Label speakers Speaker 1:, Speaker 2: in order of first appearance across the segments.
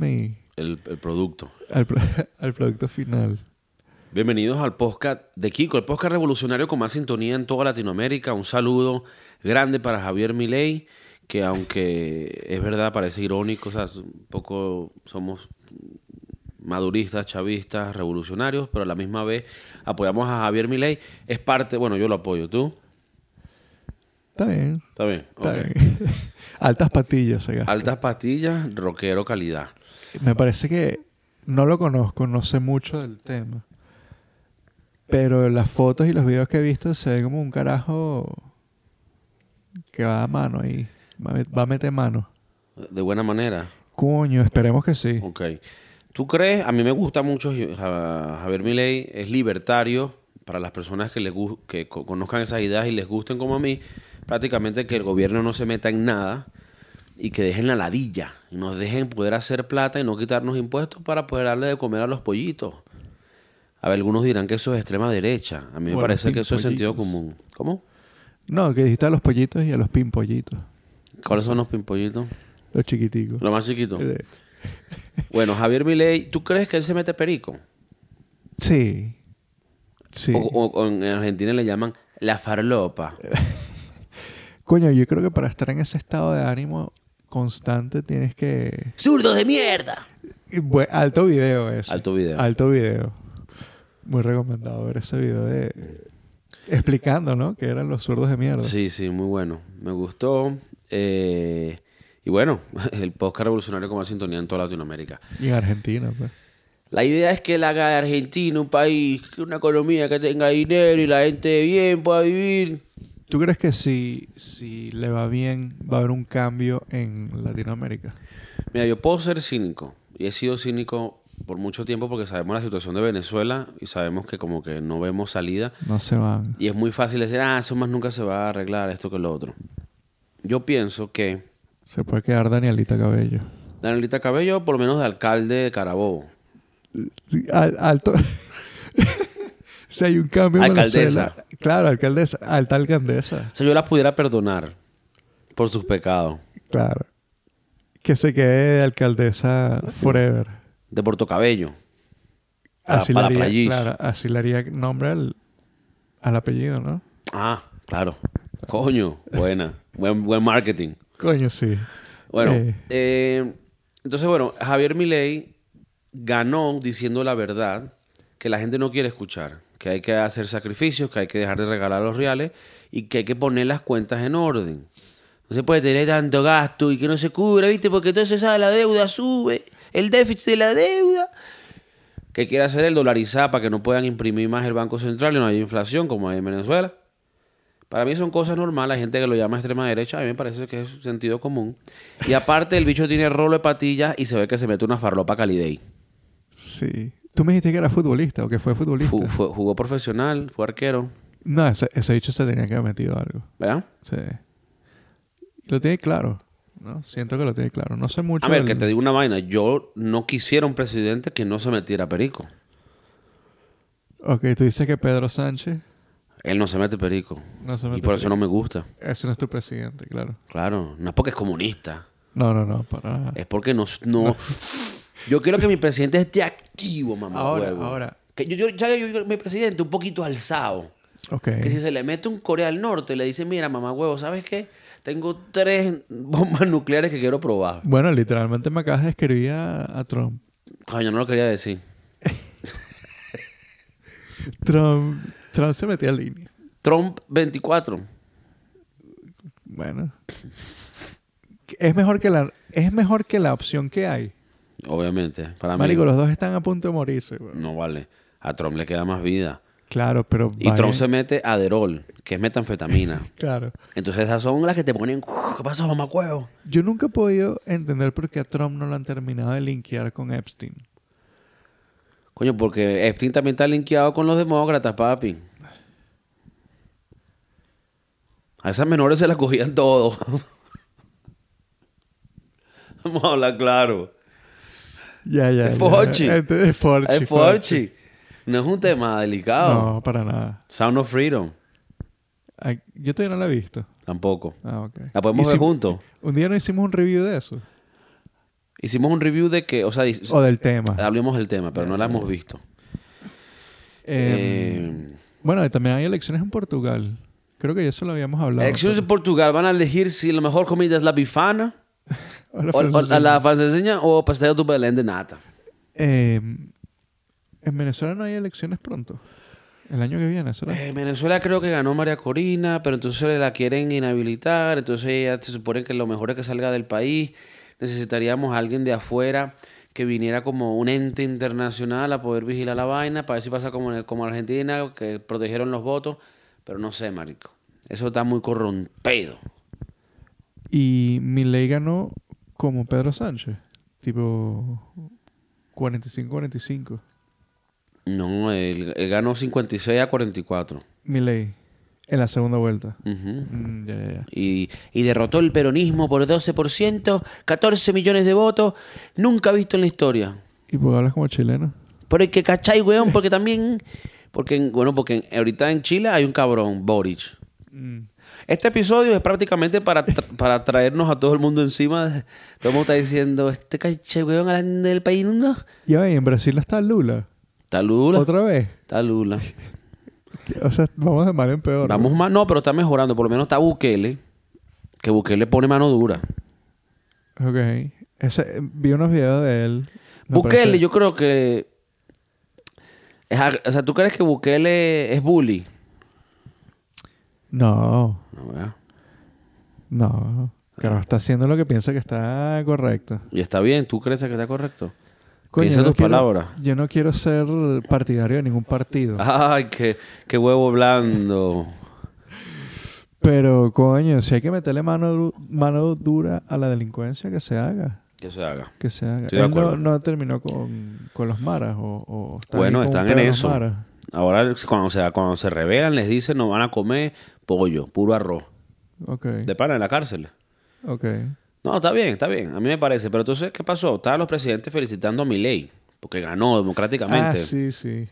Speaker 1: mi,
Speaker 2: el, el producto.
Speaker 1: al, pro- al producto final.
Speaker 2: Bienvenidos al podcast de Kiko, el podcast revolucionario con más sintonía en toda Latinoamérica. Un saludo grande para Javier Milei, que aunque es verdad, parece irónico, o sea, es un poco somos maduristas, chavistas, revolucionarios, pero a la misma vez apoyamos a Javier Milei. Es parte, bueno, yo lo apoyo, ¿tú?
Speaker 1: Está bien.
Speaker 2: ¿Está bien?
Speaker 1: Está
Speaker 2: Ok.
Speaker 1: bien. Altas patillas se gasta.
Speaker 2: Altas pastillas, rockero calidad.
Speaker 1: Me parece que no lo conozco, no sé mucho del tema. Pero las fotos y los videos que he visto se ve como un carajo que va a mano ahí. Va a met- va a meter mano.
Speaker 2: De buena manera.
Speaker 1: Coño, esperemos que sí.
Speaker 2: Ok. ¿Tú crees? A mí me gusta mucho Ja- Javier Milei, es libertario para las personas que les gu- que co- conozcan esas ideas y les gusten como a mí, prácticamente que el gobierno no se meta en nada y que dejen la ladilla y nos dejen poder hacer plata y no quitarnos impuestos para poder darle de comer a los pollitos. A ver, algunos dirán que eso es extrema derecha. A mí me
Speaker 1: Bueno,
Speaker 2: parece
Speaker 1: sí,
Speaker 2: que eso es sentido
Speaker 1: pollitos.
Speaker 2: común. ¿Cómo?
Speaker 1: No, que dijiste a los pollitos y a los pimpollitos.
Speaker 2: ¿Cuáles son los pimpollitos?
Speaker 1: Los chiquiticos.
Speaker 2: Lo más chiquito.
Speaker 1: Eh,
Speaker 2: Bueno, Javier Milei, ¿tú crees que él se mete perico?
Speaker 1: Sí. Sí.
Speaker 2: O, o- o en Argentina le llaman la farlopa.
Speaker 1: Coño, yo creo que para estar en ese estado de ánimo constante tienes que...
Speaker 2: ¡Zurdos de mierda!
Speaker 1: Y bu- alto video ese.
Speaker 2: Alto video.
Speaker 1: Alto video. Muy recomendado ver ese video de... Explicando, ¿no? Que eran los zurdos de mierda.
Speaker 2: Sí, sí, muy bueno. Me gustó. Eh, y bueno, el podcast revolucionario con más sintonía en toda Latinoamérica.
Speaker 1: Y en Argentina, pues.
Speaker 2: La idea es que él haga de Argentina un país, una economía que tenga dinero y la gente de bien pueda vivir.
Speaker 1: ¿Tú crees que si, si le va bien va a haber un cambio en Latinoamérica?
Speaker 2: Mira, yo puedo ser cínico. Y he sido cínico por mucho tiempo porque sabemos la situación de Venezuela y sabemos que como que no vemos salida.
Speaker 1: No se van.
Speaker 2: Y es muy fácil decir, ah, eso más nunca se va a arreglar, esto que lo otro. Yo pienso que
Speaker 1: Se puede quedar Danielita Cabello.
Speaker 2: Danielita Cabello, por lo menos de alcalde de Carabobo.
Speaker 1: Sí, al- alto. si hay un cambio en
Speaker 2: Alcaldesa.
Speaker 1: Venezuela. Claro, alcaldesa. Alta alcaldesa.
Speaker 2: O sea, yo la pudiera perdonar por sus pecados.
Speaker 1: Claro. Que se quede alcaldesa forever.
Speaker 2: De Puerto Cabello. Para-
Speaker 1: Así
Speaker 2: Ah, para
Speaker 1: le haría,
Speaker 2: Playis.
Speaker 1: claro, así le haría nombre al, al apellido, ¿no?
Speaker 2: Ah, claro. Coño, buena. buen, buen marketing.
Speaker 1: Coño, sí.
Speaker 2: Bueno,
Speaker 1: Eh.
Speaker 2: eh, entonces, bueno, Javier Milei ganó diciendo la verdad que la gente no quiere escuchar, que hay que hacer sacrificios, que hay que dejar de regalar los reales y que hay que poner las cuentas en orden. No se puede tener tanto gasto y que no se cubra, ¿viste? Porque entonces ah, la deuda sube, el déficit de la deuda. Que quiere hacer el dolarizar para que no puedan imprimir más el Banco Central y no haya inflación como hay en Venezuela. Para mí son cosas normales, hay gente que lo llama extrema derecha, a mí me parece que es sentido común. Y aparte el bicho tiene rolo de patillas y se ve que se mete una farlopa calidei.
Speaker 1: Sí. Tú me dijiste que era futbolista o que fue futbolista.
Speaker 2: Fu- fue- jugó profesional, fue arquero,
Speaker 1: No, ese, ese bicho se tenía que haber metido algo.
Speaker 2: ¿verdad?
Speaker 1: Sí. Lo tiene claro, ¿no? Siento que lo tiene claro. No sé mucho.
Speaker 2: A ver,
Speaker 1: del-
Speaker 2: que te digo una vaina, yo no quisiera un presidente que no se metiera perico.
Speaker 1: Ok, tú dices que Pedro Sánchez
Speaker 2: Él no se mete perico.
Speaker 1: no se
Speaker 2: Y
Speaker 1: mete
Speaker 2: por eso no me gusta.
Speaker 1: Ese no es tu presidente, claro.
Speaker 2: Claro, no es porque es comunista,
Speaker 1: No, no, no, para nada.
Speaker 2: es porque no... no... Yo quiero que mi presidente esté activo, mamá.
Speaker 1: Ahora,
Speaker 2: huevo.
Speaker 1: ahora.
Speaker 2: Que yo, yo, ya yo- yo- mi presidente un poquito alzado.
Speaker 1: Ok.
Speaker 2: Que si se le mete un Corea del Norte y le dice, mira, mamá huevo, ¿sabes qué? Tengo tres bombas nucleares que quiero probar.
Speaker 1: Bueno, literalmente me acabas de escribir a, a Trump.
Speaker 2: Coño, no lo quería decir.
Speaker 1: Trump. Trump se metía en línea.
Speaker 2: Trump 24.
Speaker 1: Bueno. Es mejor que la, es mejor que la opción que hay.
Speaker 2: Obviamente. Para mí
Speaker 1: Marico, los dos están a punto de morirse. weón.
Speaker 2: no vale. A Trump le queda más vida.
Speaker 1: Claro, pero...
Speaker 2: Y
Speaker 1: Biden-
Speaker 2: Trump se mete a Aderol, que es metanfetamina.
Speaker 1: Claro.
Speaker 2: Entonces esas son las que te ponen... "Uf, ¿Qué pasó, mamá huevo?
Speaker 1: Yo nunca he podido entender por qué a Trump no lo han terminado de linkear con Epstein.
Speaker 2: Coño, porque Epstein también está linkeado con los demócratas, papi. A esas menores se las cogían todo. Vamos a hablar claro.
Speaker 1: Ya, ya.
Speaker 2: Es
Speaker 1: ya.
Speaker 2: Forchi.
Speaker 1: Entonces, Es Forchi.
Speaker 2: Es Eh, Forchi. No es un tema delicado.
Speaker 1: No, para nada.
Speaker 2: Sound of Freedom.
Speaker 1: Ay, Yo todavía no la he visto.
Speaker 2: Tampoco.
Speaker 1: Ah, ok.
Speaker 2: La podemos ver
Speaker 1: Hicim-
Speaker 2: juntos.
Speaker 1: Un día no hicimos un review de eso.
Speaker 2: Hicimos un review de que, o sea, dis-
Speaker 1: O del tema.
Speaker 2: hablemos del tema, pero no la hemos visto.
Speaker 1: Eh,
Speaker 2: Eh,
Speaker 1: Bueno, y también hay elecciones en Portugal. Creo que eso lo habíamos hablado.
Speaker 2: elecciones de Portugal van a elegir si la mejor comida es la bifana,
Speaker 1: O la
Speaker 2: o, o-
Speaker 1: francesa.
Speaker 2: a la franceseña o pastel de Belén de nata.
Speaker 1: Eh, en Venezuela no hay elecciones pronto. El año que viene, ¿será?
Speaker 2: Eh, Venezuela creo que ganó María Corina, pero entonces la quieren inhabilitar, entonces ella se supone que lo mejor es que salga del país. Necesitaríamos a alguien de afuera que viniera como un ente internacional a poder vigilar la vaina, para ver si pasa como, en- como en Argentina, que protegieron los votos, pero no sé, marico. Eso está muy corrompido.
Speaker 1: Y Milei ganó como Pedro Sánchez. Tipo 45-45.
Speaker 2: No, él, él ganó 56 a 44.
Speaker 1: Milei. En la segunda vuelta.
Speaker 2: Ujú.
Speaker 1: Mm, ya, ya, ya.
Speaker 2: Y, y derrotó el peronismo por 12%, 14 millones de votos, nunca visto en la historia.
Speaker 1: ¿Y por qué hablas como chileno?
Speaker 2: Porque, ¿cachai, weón? Porque también... Porque, en- bueno, porque en- ahorita en Chile hay un cabrón, Boric.
Speaker 1: Mm.
Speaker 2: Este episodio es prácticamente para, tra- para traernos a todo el mundo encima. Todo el mundo está diciendo, este cachai, weón, grande del país, no.
Speaker 1: Y ahí, en Brasil está Lula.
Speaker 2: Está Lula.
Speaker 1: ¿Otra vez?
Speaker 2: Está Lula.
Speaker 1: O sea, vamos de mal en peor.
Speaker 2: Vamos más, no, pero está mejorando. Por lo menos está Bukele. Que Bukele pone mano dura.
Speaker 1: Ok. Ese- eh, vi unos videos de él. Me
Speaker 2: Bukele,
Speaker 1: parece-
Speaker 2: yo creo que... es ag- o sea, ¿tú crees que Bukele es bully?
Speaker 1: No,
Speaker 2: No, ¿verdad?
Speaker 1: no. Claro, está haciendo lo que piensa que está correcto.
Speaker 2: Y está bien, ¿tú crees que está correcto?
Speaker 1: Coño,
Speaker 2: Piensa
Speaker 1: yo no
Speaker 2: tus
Speaker 1: quiero-
Speaker 2: palabras. Ah.
Speaker 1: Yo no quiero ser partidario de ningún partido.
Speaker 2: Ay, qué, qué huevo blando.
Speaker 1: Pero, coño, si hay que meterle mano, du- mano dura a la delincuencia, que se haga.
Speaker 2: Que se haga.
Speaker 1: Que se haga.
Speaker 2: Estoy de
Speaker 1: Él no,
Speaker 2: acuerdo.
Speaker 1: no terminó con, con los maras o, o está
Speaker 2: Bueno,
Speaker 1: ahí con un
Speaker 2: están
Speaker 1: pedo
Speaker 2: en
Speaker 1: de los
Speaker 2: eso.
Speaker 1: maras.
Speaker 2: Ahora, cuando se, cuando se rebelan, les dicen no van a comer pollo, puro arroz.
Speaker 1: Ok,
Speaker 2: De pana en la cárcel.
Speaker 1: ok.
Speaker 2: No, está bien, está bien. A mí me parece. Pero entonces, ¿qué pasó? Estaban los presidentes felicitando a Milei. Porque ganó
Speaker 1: Ah,
Speaker 2: democráticamente.
Speaker 1: sí, sí.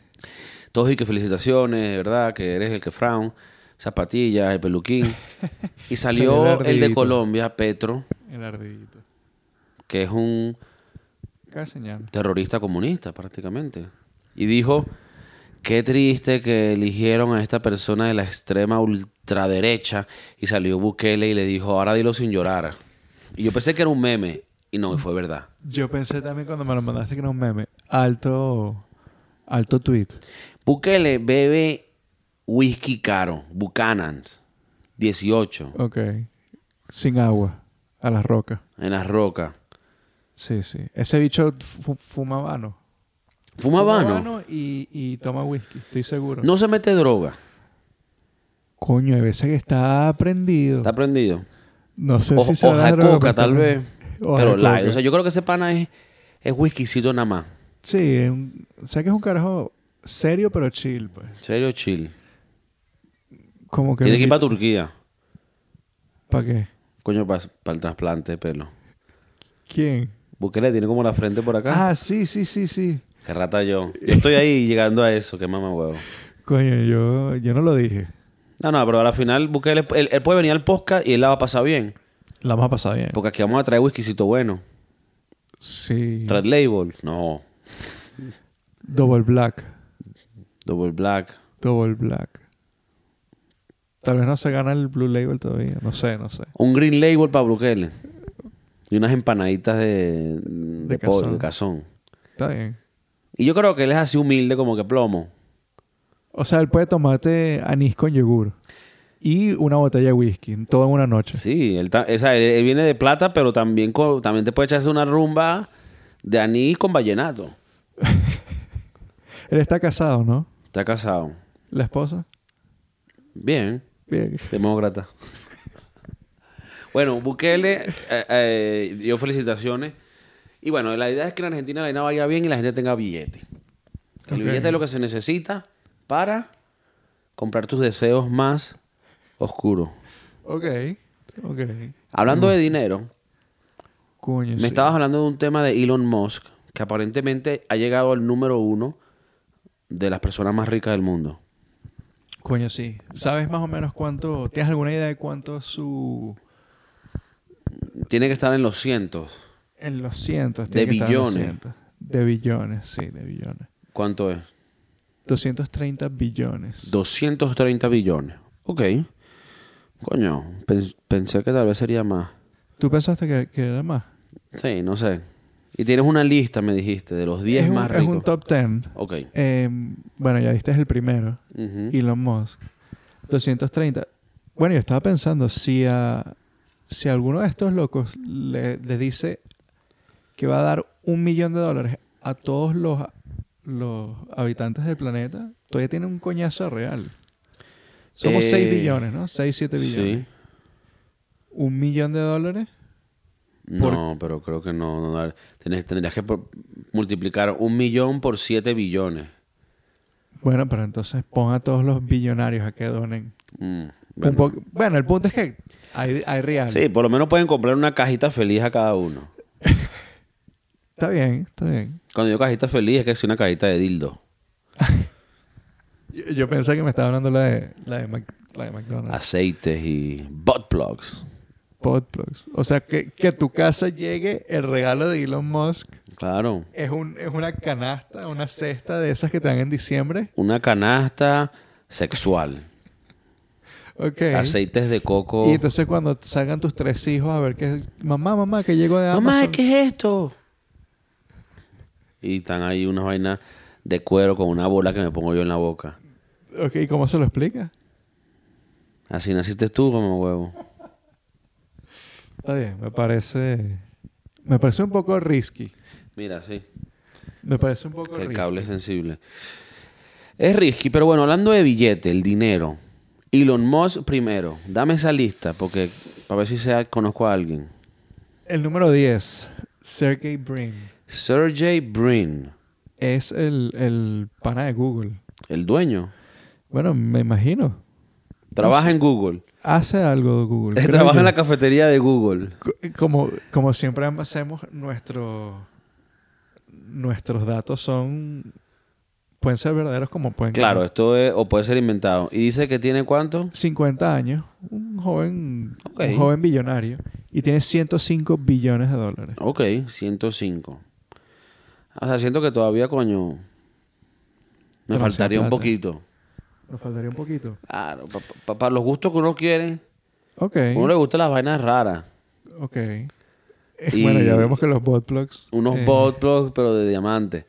Speaker 2: Todos y que felicitaciones, de ¿verdad? Que eres el que frown. Zapatillas, el peluquín.
Speaker 1: Salió el
Speaker 2: Y salió el de
Speaker 1: ardillito.
Speaker 2: Colombia, Petro,
Speaker 1: El ardillito.
Speaker 2: que es un
Speaker 1: Cada señal.
Speaker 2: terrorista comunista prácticamente. Y dijo, qué triste que eligieron a esta persona de la extrema ultraderecha y salió Bukele y le dijo, ahora dilo sin llorar. Y yo pensé que era un meme y no, fue verdad.
Speaker 1: Yo pensé también cuando me lo mandaste que era un meme. Alto. Alto tweet.
Speaker 2: Bukele bebe whisky caro, Buchanan's, 18,
Speaker 1: Ok. Sin agua. A las rocas.
Speaker 2: en las rocas.
Speaker 1: Sí, sí. Ese bicho fu- fuma vano.
Speaker 2: Fuma habano,
Speaker 1: y, y toma whisky, estoy seguro.
Speaker 2: no se mete droga,
Speaker 1: Coño, hay veces que está prendido.
Speaker 2: está prendido.
Speaker 1: No sé
Speaker 2: O,
Speaker 1: si se
Speaker 2: hoja de coca tal vez, pero light.
Speaker 1: la
Speaker 2: O sea, yo creo que ese pana es, es whiskycito nada más.
Speaker 1: Sí, es un- o sea que es un carajo serio pero chill, pues.
Speaker 2: Serio chill.
Speaker 1: Como que
Speaker 2: Tiene que ir para Turquía.
Speaker 1: ¿Para qué?
Speaker 2: Coño, para el trasplante de pelo.
Speaker 1: ¿Quién?
Speaker 2: Bukele tiene como la frente por acá.
Speaker 1: Ah, sí, sí, sí, sí.
Speaker 2: Qué rata yo. Yo estoy ahí llegando a eso, qué mamá huevo.
Speaker 1: Coño, yo, yo no lo dije.
Speaker 2: No, no, pero al final Bukele, él, él puede venir al podcast y él la va a pasar bien.
Speaker 1: La vamos a pasar bien.
Speaker 2: Porque aquí vamos a traer whiskycito bueno.
Speaker 1: Sí.
Speaker 2: Red Label, no.
Speaker 1: Double black.
Speaker 2: Double Black.
Speaker 1: Double black. Tal vez no se gana el Blue Label todavía. No sé, no sé.
Speaker 2: Un Green Label para Bukele. Y unas empanaditas de, de,
Speaker 1: De
Speaker 2: pollo,
Speaker 1: cazón.
Speaker 2: de cazón.
Speaker 1: Está bien.
Speaker 2: Y yo creo que él es así humilde como que plomo.
Speaker 1: O sea, él puede tomarte anís con yogur y una botella de whisky, en- todo en una noche.
Speaker 2: Sí, él, ta- o sea, él- él viene de plata, pero también, co- también te puede echarse una rumba de anís con vallenato.
Speaker 1: Él está casado, ¿no?
Speaker 2: Está casado.
Speaker 1: La esposa.
Speaker 2: Bien,
Speaker 1: Bien.
Speaker 2: demócrata. bueno, Bukele eh, eh, dio felicitaciones. Y bueno, la idea es que en Argentina la vaina vaya bien y la gente tenga billete. Que El
Speaker 1: Ok.
Speaker 2: billete es lo que se necesita para comprar tus deseos más oscuros.
Speaker 1: Ok. Ok.
Speaker 2: Hablando de dinero,
Speaker 1: Coño,
Speaker 2: Me
Speaker 1: Mm. sí.
Speaker 2: estabas hablando de un tema de Elon Musk, que aparentemente ha llegado al número uno de las personas más ricas del mundo.
Speaker 1: Coño, sí. ¿Sabes más o menos cuánto? ¿Tienes alguna idea de cuánto es su.
Speaker 2: Tiene que estar en los cientos.
Speaker 1: en los cientos.
Speaker 2: De
Speaker 1: tiene que estar en los
Speaker 2: billones.
Speaker 1: cientos. De billones, sí, de billones.
Speaker 2: ¿Cuánto es?
Speaker 1: 230 billones.
Speaker 2: 230 billones. Ok. Coño, pen- pensé que tal vez sería más.
Speaker 1: ¿Tú pensaste que, que era más?
Speaker 2: Sí, no sé. Y tienes una lista, me dijiste, de los 10
Speaker 1: es un,
Speaker 2: más
Speaker 1: Es un
Speaker 2: ricos.
Speaker 1: top 10.
Speaker 2: Ok.
Speaker 1: Eh, bueno, ya diste el primero.
Speaker 2: Ujú.
Speaker 1: Elon Musk. 230. Bueno, yo estaba pensando, si a, si a alguno de estos locos le, le dice que va a dar un millón de dólares a todos los, los habitantes del planeta, todavía tiene un coñazo real. Somos
Speaker 2: Eh,
Speaker 1: 6 billones, ¿no? 6, 7 billones.
Speaker 2: Sí.
Speaker 1: Un millón de dólares. Por-
Speaker 2: No, pero creo que no. no da- tenés- tendrías que por- multiplicar un millón por 7 billones.
Speaker 1: Bueno, pero entonces pon a todos los billonarios a que donen.
Speaker 2: Mm,
Speaker 1: Un
Speaker 2: bueno.
Speaker 1: poco- bueno, el punto es que hay, hay real.
Speaker 2: Sí, por lo menos pueden comprar una cajita feliz a cada uno.
Speaker 1: Está bien, está bien.
Speaker 2: Cuando digo cajita feliz es que es una cajita de dildo.
Speaker 1: Yo, yo pensé que me estaba hablando la de, la de, Mac- la de
Speaker 2: Ah,
Speaker 1: McDonald's.
Speaker 2: Aceites y butt plugs.
Speaker 1: Podplugs. O sea, que, que a tu casa llegue el regalo de Elon Musk.
Speaker 2: Claro.
Speaker 1: Es, un, es una canasta, una cesta de esas que te dan en diciembre.
Speaker 2: Una canasta sexual.
Speaker 1: Ok.
Speaker 2: Aceites de coco.
Speaker 1: Y entonces cuando salgan tus tres hijos a ver que... Mamá, mamá, que llego de Amazon.
Speaker 2: Mamá, ¿qué es esto? Y están ahí unas vainas de cuero con una bola que me pongo yo en la boca.
Speaker 1: Ok, ¿y ¿cómo se lo explica?
Speaker 2: Así naciste tú, como huevo.
Speaker 1: Está bien, me parece... Me parece un poco risky.
Speaker 2: Mira, sí.
Speaker 1: Me parece un poco
Speaker 2: Que el
Speaker 1: risky.
Speaker 2: cable es sensible. Es risky, pero bueno, hablando de billete, el dinero. Elon Musk primero. Dame esa lista, porque para ver si sea, conozco a alguien.
Speaker 1: El número 10, Sergey Brin.
Speaker 2: Sergey Brin,
Speaker 1: Es el, el pana de Google.
Speaker 2: el dueño.
Speaker 1: Bueno, me imagino.
Speaker 2: Trabaja en Google.
Speaker 1: Hace algo de Google. creo
Speaker 2: Trabaja
Speaker 1: yo.
Speaker 2: en la cafetería de Google.
Speaker 1: Co- Como, como siempre hacemos, nuestro, nuestros datos son. Pueden ser verdaderos como pueden
Speaker 2: Claro,
Speaker 1: ser.
Speaker 2: esto es, o puede ser inventado. Y dice que tiene cuánto?
Speaker 1: 50 años, un joven,
Speaker 2: Ok.
Speaker 1: un joven billonario, y tiene 105 billones de dólares.
Speaker 2: Ok, 105. O sea, siento que todavía, coño, me
Speaker 1: Demasiada
Speaker 2: faltaría un
Speaker 1: plata.
Speaker 2: poquito.
Speaker 1: Nos faltaría un poquito.
Speaker 2: Claro, para los gustos que uno quiere,
Speaker 1: Ok.
Speaker 2: a uno le gustan las vainas raras.
Speaker 1: Ok. Eh,
Speaker 2: Y-
Speaker 1: Bueno, ya vemos que los botplugs.
Speaker 2: Unos
Speaker 1: eh,
Speaker 2: bot plugs, pero de diamante.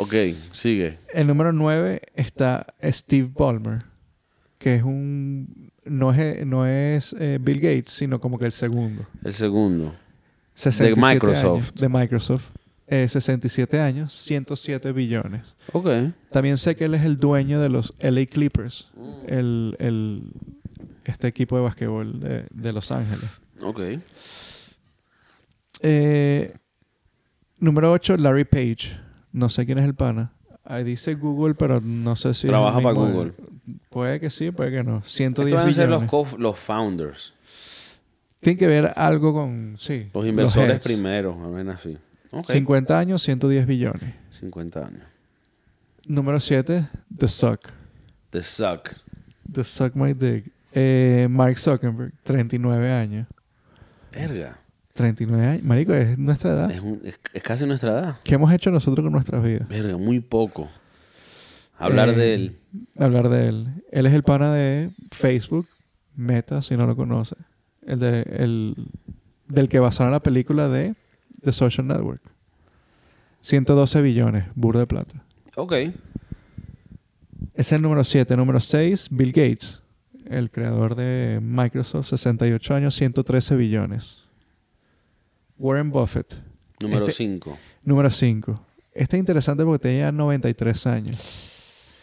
Speaker 2: Ok, sigue.
Speaker 1: El número 9 está Steve Ballmer, que es un. No es, no es eh, Bill Gates, sino como que el segundo.
Speaker 2: El segundo.
Speaker 1: 67
Speaker 2: De Microsoft.
Speaker 1: años, de Microsoft. Eh, 67 años, 107 billones.
Speaker 2: Ok.
Speaker 1: También sé que él es el dueño de los LA Clippers, el, el- este equipo de basquetbol de, de Los Ángeles.
Speaker 2: Ok.
Speaker 1: Eh, número 8, Larry Page. No sé quién es el pana. Ahí dice Google, pero no sé si... es el
Speaker 2: Trabaja para
Speaker 1: mismo.
Speaker 2: Google.
Speaker 1: Puede que sí, puede que no.
Speaker 2: Estos
Speaker 1: 110
Speaker 2: van a ser los,
Speaker 1: billones.
Speaker 2: co- los founders.
Speaker 1: Tiene que ver algo con... Sí.
Speaker 2: Los inversores
Speaker 1: heads.
Speaker 2: primero, una vaina así. Ok.
Speaker 1: 50 años, 110 billones.
Speaker 2: 50 años.
Speaker 1: Número 7, The Suck.
Speaker 2: The Suck.
Speaker 1: The Suck My Dick. Eh, Mark Zuckerberg, 39 años.
Speaker 2: Verga.
Speaker 1: 39 años. Marico, es nuestra edad.
Speaker 2: Es, un- es- es casi nuestra edad.
Speaker 1: ¿Qué hemos hecho nosotros con nuestras vidas?
Speaker 2: Verga, muy poco. Hablar
Speaker 1: Eh,
Speaker 2: de él.
Speaker 1: Hablar de él. Él es el pana de Facebook, Meta, si no lo conoce. El, de, el del que basaron la película de The Social Network. 112 billones, burro de plata.
Speaker 2: Ok.
Speaker 1: Es el número 7. Número 6, Bill Gates, el creador de Microsoft, 68 años, 113 billones. Warren Buffett,
Speaker 2: Número
Speaker 1: Este-
Speaker 2: 5.
Speaker 1: número 5. Este es interesante porque tenía 93 años.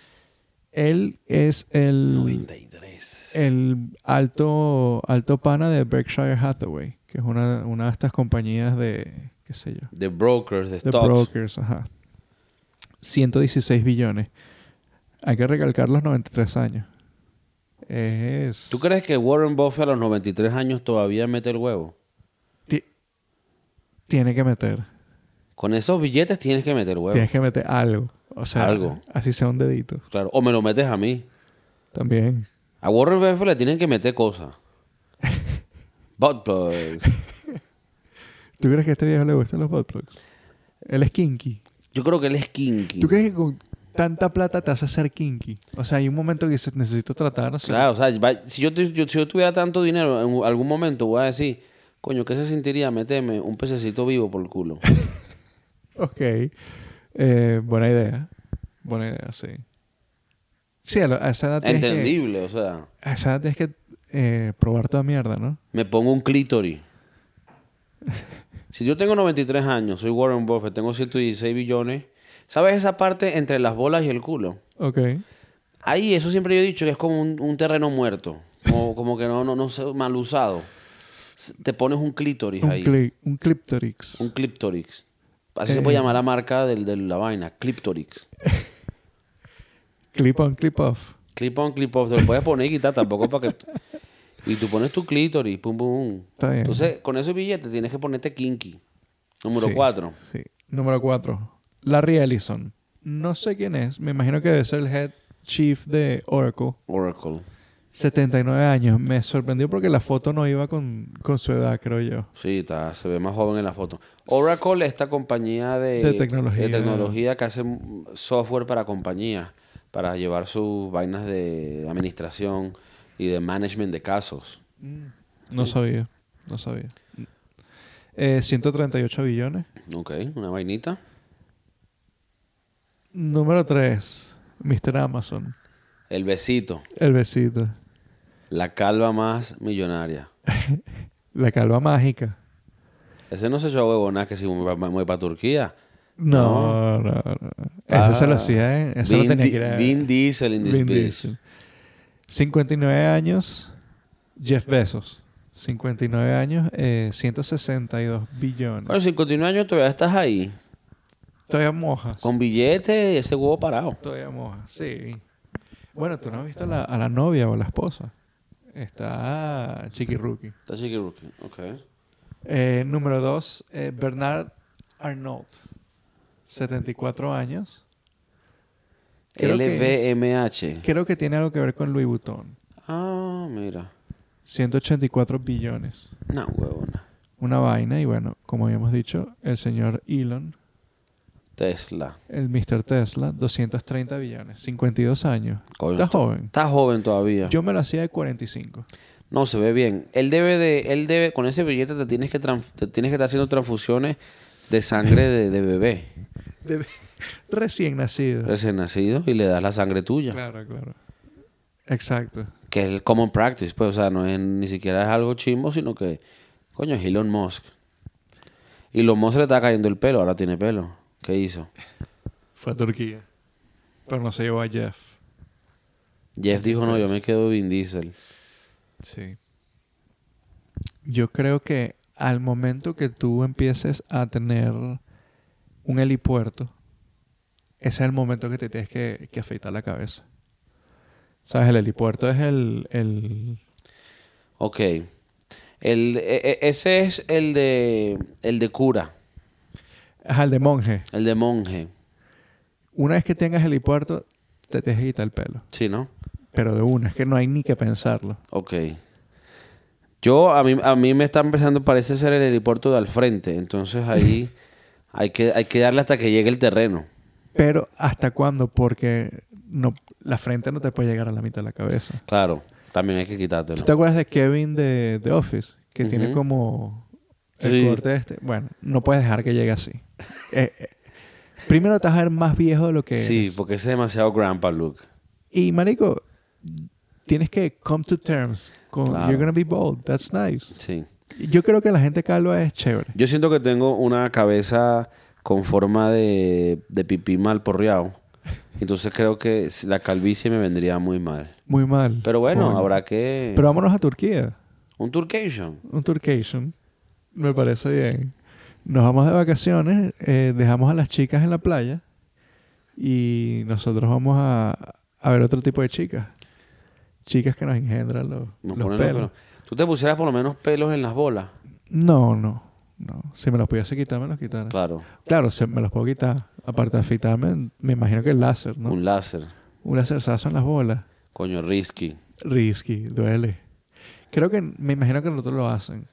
Speaker 1: Él es el,
Speaker 2: 93.
Speaker 1: el alto, alto pana de Berkshire Hathaway, que es una, una de estas compañías de, qué sé yo,
Speaker 2: The Brokers, The
Speaker 1: de
Speaker 2: Stocks.
Speaker 1: brokers, ajá. 116 billones. Hay que recalcar los 93 años. Es...
Speaker 2: ¿Tú crees que Warren Buffett a los 93 años todavía mete el huevo?
Speaker 1: Ti- Tiene que meter.
Speaker 2: Con esos billetes tienes que meter huevo.
Speaker 1: Tienes que meter algo. O sea,
Speaker 2: Algo.
Speaker 1: así sea un dedito.
Speaker 2: Claro. O me lo metes a mí.
Speaker 1: También.
Speaker 2: A Warren Buffett le tienen que meter cosas. Butt plugs.
Speaker 1: ¿Tú crees que a este viejo le gustan los buttplugs? Él es kinky.
Speaker 2: Yo creo que él es kinky.
Speaker 1: ¿Tú crees que con tanta plata te hace ser kinky? O sea, hay un momento que dices, necesito tratar, no sé.
Speaker 2: Claro, o sea, va- si yo, tu- yo- si yo tuviera tanto dinero, en algún momento voy a decir, coño, ¿qué se sentiría meterme un pececito vivo por el culo?
Speaker 1: Ok. Eh, buena idea. Buena idea, sí. Sí, a, lo- a esa edad tienes que,
Speaker 2: Entendible, o sea,
Speaker 1: a esa edad tienes que eh, probar toda mierda, ¿no?
Speaker 2: me pongo un clítoris. Si yo tengo 93 años, soy Warren Buffett, tengo 116 billones, ¿sabes esa parte entre las bolas y el culo?
Speaker 1: Ok.
Speaker 2: Ahí, eso siempre yo he dicho que es como un, un terreno muerto, como, como que no, no, no sé, mal usado. S- Te pones un clítoris
Speaker 1: Un,
Speaker 2: ahí,
Speaker 1: cli un cliptorix.
Speaker 2: un clítoris. Así
Speaker 1: Eh.
Speaker 2: se puede llamar la marca del- de la vaina, clítoris.
Speaker 1: Clip on, clip off.
Speaker 2: Clip on, clip off. Te lo puedes poner y quitar tampoco para que... Y tú pones tu clítoris, pum, pum.
Speaker 1: Está bien.
Speaker 2: Entonces, con esos billetes tienes que ponerte kinky. Número
Speaker 1: Sí.
Speaker 2: 4.
Speaker 1: Sí. Número 4. Larry Ellison. No sé quién es. Me imagino que debe ser el head chief de Oracle.
Speaker 2: Oracle.
Speaker 1: 79 años. Me sorprendió porque la foto no iba con, con su edad, creo yo.
Speaker 2: Sí, está, se ve más joven en la foto. Oracle es esta compañía de,
Speaker 1: De tecnología.
Speaker 2: de tecnología que hace mm, software para compañías, para llevar sus vainas de administración y de management de casos.
Speaker 1: No sabía. No sabía. Eh, 138 billones.
Speaker 2: Ok, una vainita.
Speaker 1: Número 3. Mr. Amazon.
Speaker 2: El besito.
Speaker 1: El besito.
Speaker 2: La calva más millonaria.
Speaker 1: La calva mágica.
Speaker 2: Ese no se echó a huevonas que si me voy para Turquía.
Speaker 1: No, no, no. Ese se lo hacía, ¿eh? Ese lo
Speaker 2: Ah, Vin
Speaker 1: tenía
Speaker 2: Di-
Speaker 1: que ir a-
Speaker 2: Vin Diesel in this
Speaker 1: Vin
Speaker 2: bitch.
Speaker 1: Diesel. 59 años, Jeff Bezos. 59 años, eh, 162 billones.
Speaker 2: Bueno, 59 años todavía estás ahí.
Speaker 1: Todavía mojas.
Speaker 2: Con billete y ese huevo parado.
Speaker 1: Todavía mojas, sí. Bueno, tú no has visto a la, a la novia o a la esposa. Está Chiqui Rookie.
Speaker 2: Está chiqui rookie. Ok.
Speaker 1: Eh, número 2, Bernard Arnault. 74 años. Creo que es-
Speaker 2: LVMH.
Speaker 1: Creo que tiene algo que ver con Louis Vuitton.
Speaker 2: Ah, mira.
Speaker 1: 184 billones.
Speaker 2: No, huevona.
Speaker 1: una vaina y bueno, como habíamos dicho, el señor Elon,
Speaker 2: Tesla.
Speaker 1: el Mr. Tesla, 230 billones, 52 años.
Speaker 2: Coño,
Speaker 1: Está
Speaker 2: está-
Speaker 1: joven.
Speaker 2: Está joven todavía.
Speaker 1: Yo me lo hacía de 45.
Speaker 2: No, se ve bien. Él debe de... Él debe... Con ese billete te tienes que, tran- te tienes que estar haciendo transfusiones de sangre de, de bebé.
Speaker 1: Recién nacido.
Speaker 2: Recién nacido y le das la sangre tuya.
Speaker 1: Claro, claro. Exacto.
Speaker 2: que es el common practice, pues, o sea, no es ni siquiera es algo chimbo, sino que, coño, es Elon Musk. Elon Musk le está cayendo el pelo, ahora tiene pelo. ¿Qué hizo?
Speaker 1: Fue a Turquía. Pero no se llevó a Jeff.
Speaker 2: Jeff dijo, no, yo me quedo Vin Diesel.
Speaker 1: Sí. Yo creo que al momento que tú empieces a tener un helipuerto, ese es el momento que te tienes que, que afeitar la cabeza. ¿Sabes? El helipuerto es el... el...
Speaker 2: Ok. El, e- e- ese es el de, el de cura,
Speaker 1: Ajá, el de monje.
Speaker 2: el de monje,
Speaker 1: Una vez que tengas helipuerto, te tienes que quitar el pelo.
Speaker 2: ¿sí, no?
Speaker 1: Pero de una, es que no hay ni que pensarlo.
Speaker 2: Ok. Yo, a mí, a mí me está empezando, parece ser el aeropuerto de al frente, entonces ahí hay que, hay que darle hasta que llegue el terreno.
Speaker 1: Pero ¿hasta cuándo? Porque no, la frente no te puede llegar a la mitad de la cabeza.
Speaker 2: Claro, también hay que
Speaker 1: ¿Tú
Speaker 2: quitártelo.
Speaker 1: te acuerdas de Kevin de The Office? Que tiene
Speaker 2: Ujú.
Speaker 1: como el
Speaker 2: Sí.
Speaker 1: corte este. Bueno, no puedes dejar que llegue así. Eh, eh, primero te vas a ver más viejo de lo que
Speaker 2: Sí,
Speaker 1: eres.
Speaker 2: porque ese es demasiado grandpa look.
Speaker 1: Y marico, tienes que come to terms con
Speaker 2: Claro.
Speaker 1: you're gonna be bold. That's nice.
Speaker 2: Sí.
Speaker 1: Yo creo que la gente calva es chévere.
Speaker 2: Yo siento que tengo una cabeza con forma de, de pipí mal porreado. Entonces creo que si- la calvicie me vendría muy mal.
Speaker 1: Muy mal.
Speaker 2: Pero bueno,
Speaker 1: Coño.
Speaker 2: habrá que...
Speaker 1: Pero vámonos a Turquía.
Speaker 2: Un turcation.
Speaker 1: Un Turcation. Me parece bien. Nos vamos de vacaciones, eh, dejamos a las chicas en la playa y nosotros vamos a, a ver otro tipo de chicas. Chicas que nos engendran los,
Speaker 2: Nos
Speaker 1: los
Speaker 2: ponen los
Speaker 1: pelos.
Speaker 2: pelos. Tú te pusieras por lo menos pelos en las bolas.
Speaker 1: No, no, no. Si me los pudiese quitar, me los quitara. Claro,
Speaker 2: Claro.
Speaker 1: se- me los puedo quitar. Aparte de afitarme, me imagino que el láser, ¿no?
Speaker 2: Un láser.
Speaker 1: Un láserzazo en las bolas.
Speaker 2: Coño, risky.
Speaker 1: Risky, duele. Creo que, me imagino que nosotros lo hacen.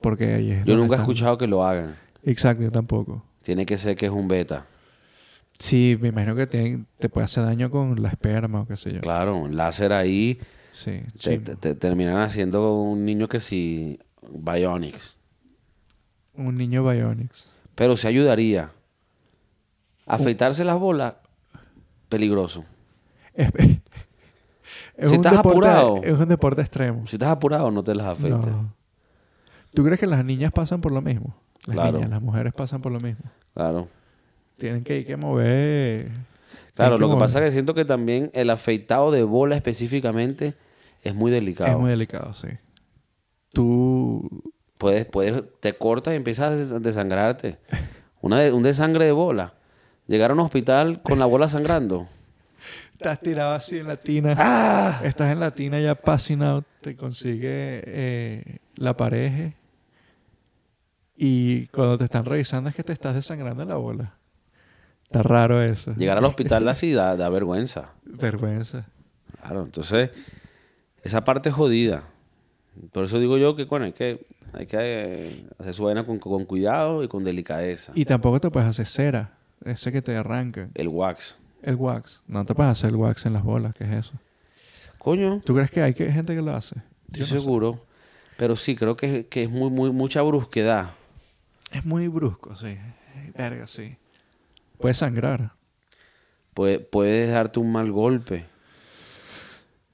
Speaker 1: Porque ahí es
Speaker 2: Yo
Speaker 1: donde
Speaker 2: nunca he
Speaker 1: están.
Speaker 2: escuchado que lo hagan.
Speaker 1: Exacto, yo tampoco.
Speaker 2: Tiene que ser que es un beta.
Speaker 1: Sí, me imagino que tienen- te puede hacer daño con la esperma o qué sé yo.
Speaker 2: Claro, un láser ahí.
Speaker 1: Sí,
Speaker 2: Te,
Speaker 1: chimbo.
Speaker 2: te- te terminan haciendo un niño que sí. Bionics.
Speaker 1: Un niño bionics.
Speaker 2: Pero se ayudaría. Afeitarse las bolas, peligroso.
Speaker 1: Es, es
Speaker 2: Si estás
Speaker 1: deporte,
Speaker 2: apurado.
Speaker 1: Es un deporte extremo.
Speaker 2: Si estás apurado, no te las afeites.
Speaker 1: No. ¿Tú crees que las niñas pasan por lo mismo? Las
Speaker 2: Claro.
Speaker 1: niñas, las mujeres pasan por lo mismo.
Speaker 2: Claro.
Speaker 1: Tienen que ir que mover.
Speaker 2: Claro,
Speaker 1: Tienen
Speaker 2: lo que
Speaker 1: mover.
Speaker 2: pasa es que siento que también el afeitado de bola específicamente es muy delicado.
Speaker 1: Es muy delicado, sí. Tú.
Speaker 2: Puedes, puedes, te cortas y empiezas a des- desangrarte. Una de- un desangre de bola. Llegar a un hospital con la bola sangrando.
Speaker 1: Estás tirado así en la tina. Estás en la tina ya passing out. Te consigue eh, la pareja. Y cuando te están revisando es que te estás desangrando la bola. Está raro eso.
Speaker 2: Llegar al hospital así da, da vergüenza.
Speaker 1: Vergüenza.
Speaker 2: Claro, entonces, esa parte es jodida. Por eso digo yo que, bueno, hay que, hay que eh, hacer su vaina con, con cuidado y con delicadeza.
Speaker 1: Y tampoco te puedes hacer cera. Ese que te arranca.
Speaker 2: El wax.
Speaker 1: El wax. No te puedes hacer el wax en las bolas, ¿qué es eso?
Speaker 2: Coño,
Speaker 1: ¿Tú crees que hay que- gente que lo hace?
Speaker 2: estoy seguro. Pero sí, creo que, que es muy, muy, mucha brusquedad.
Speaker 1: Es muy brusco, sí. Verga, sí. Puede sangrar.
Speaker 2: Puede- puedes darte un mal golpe.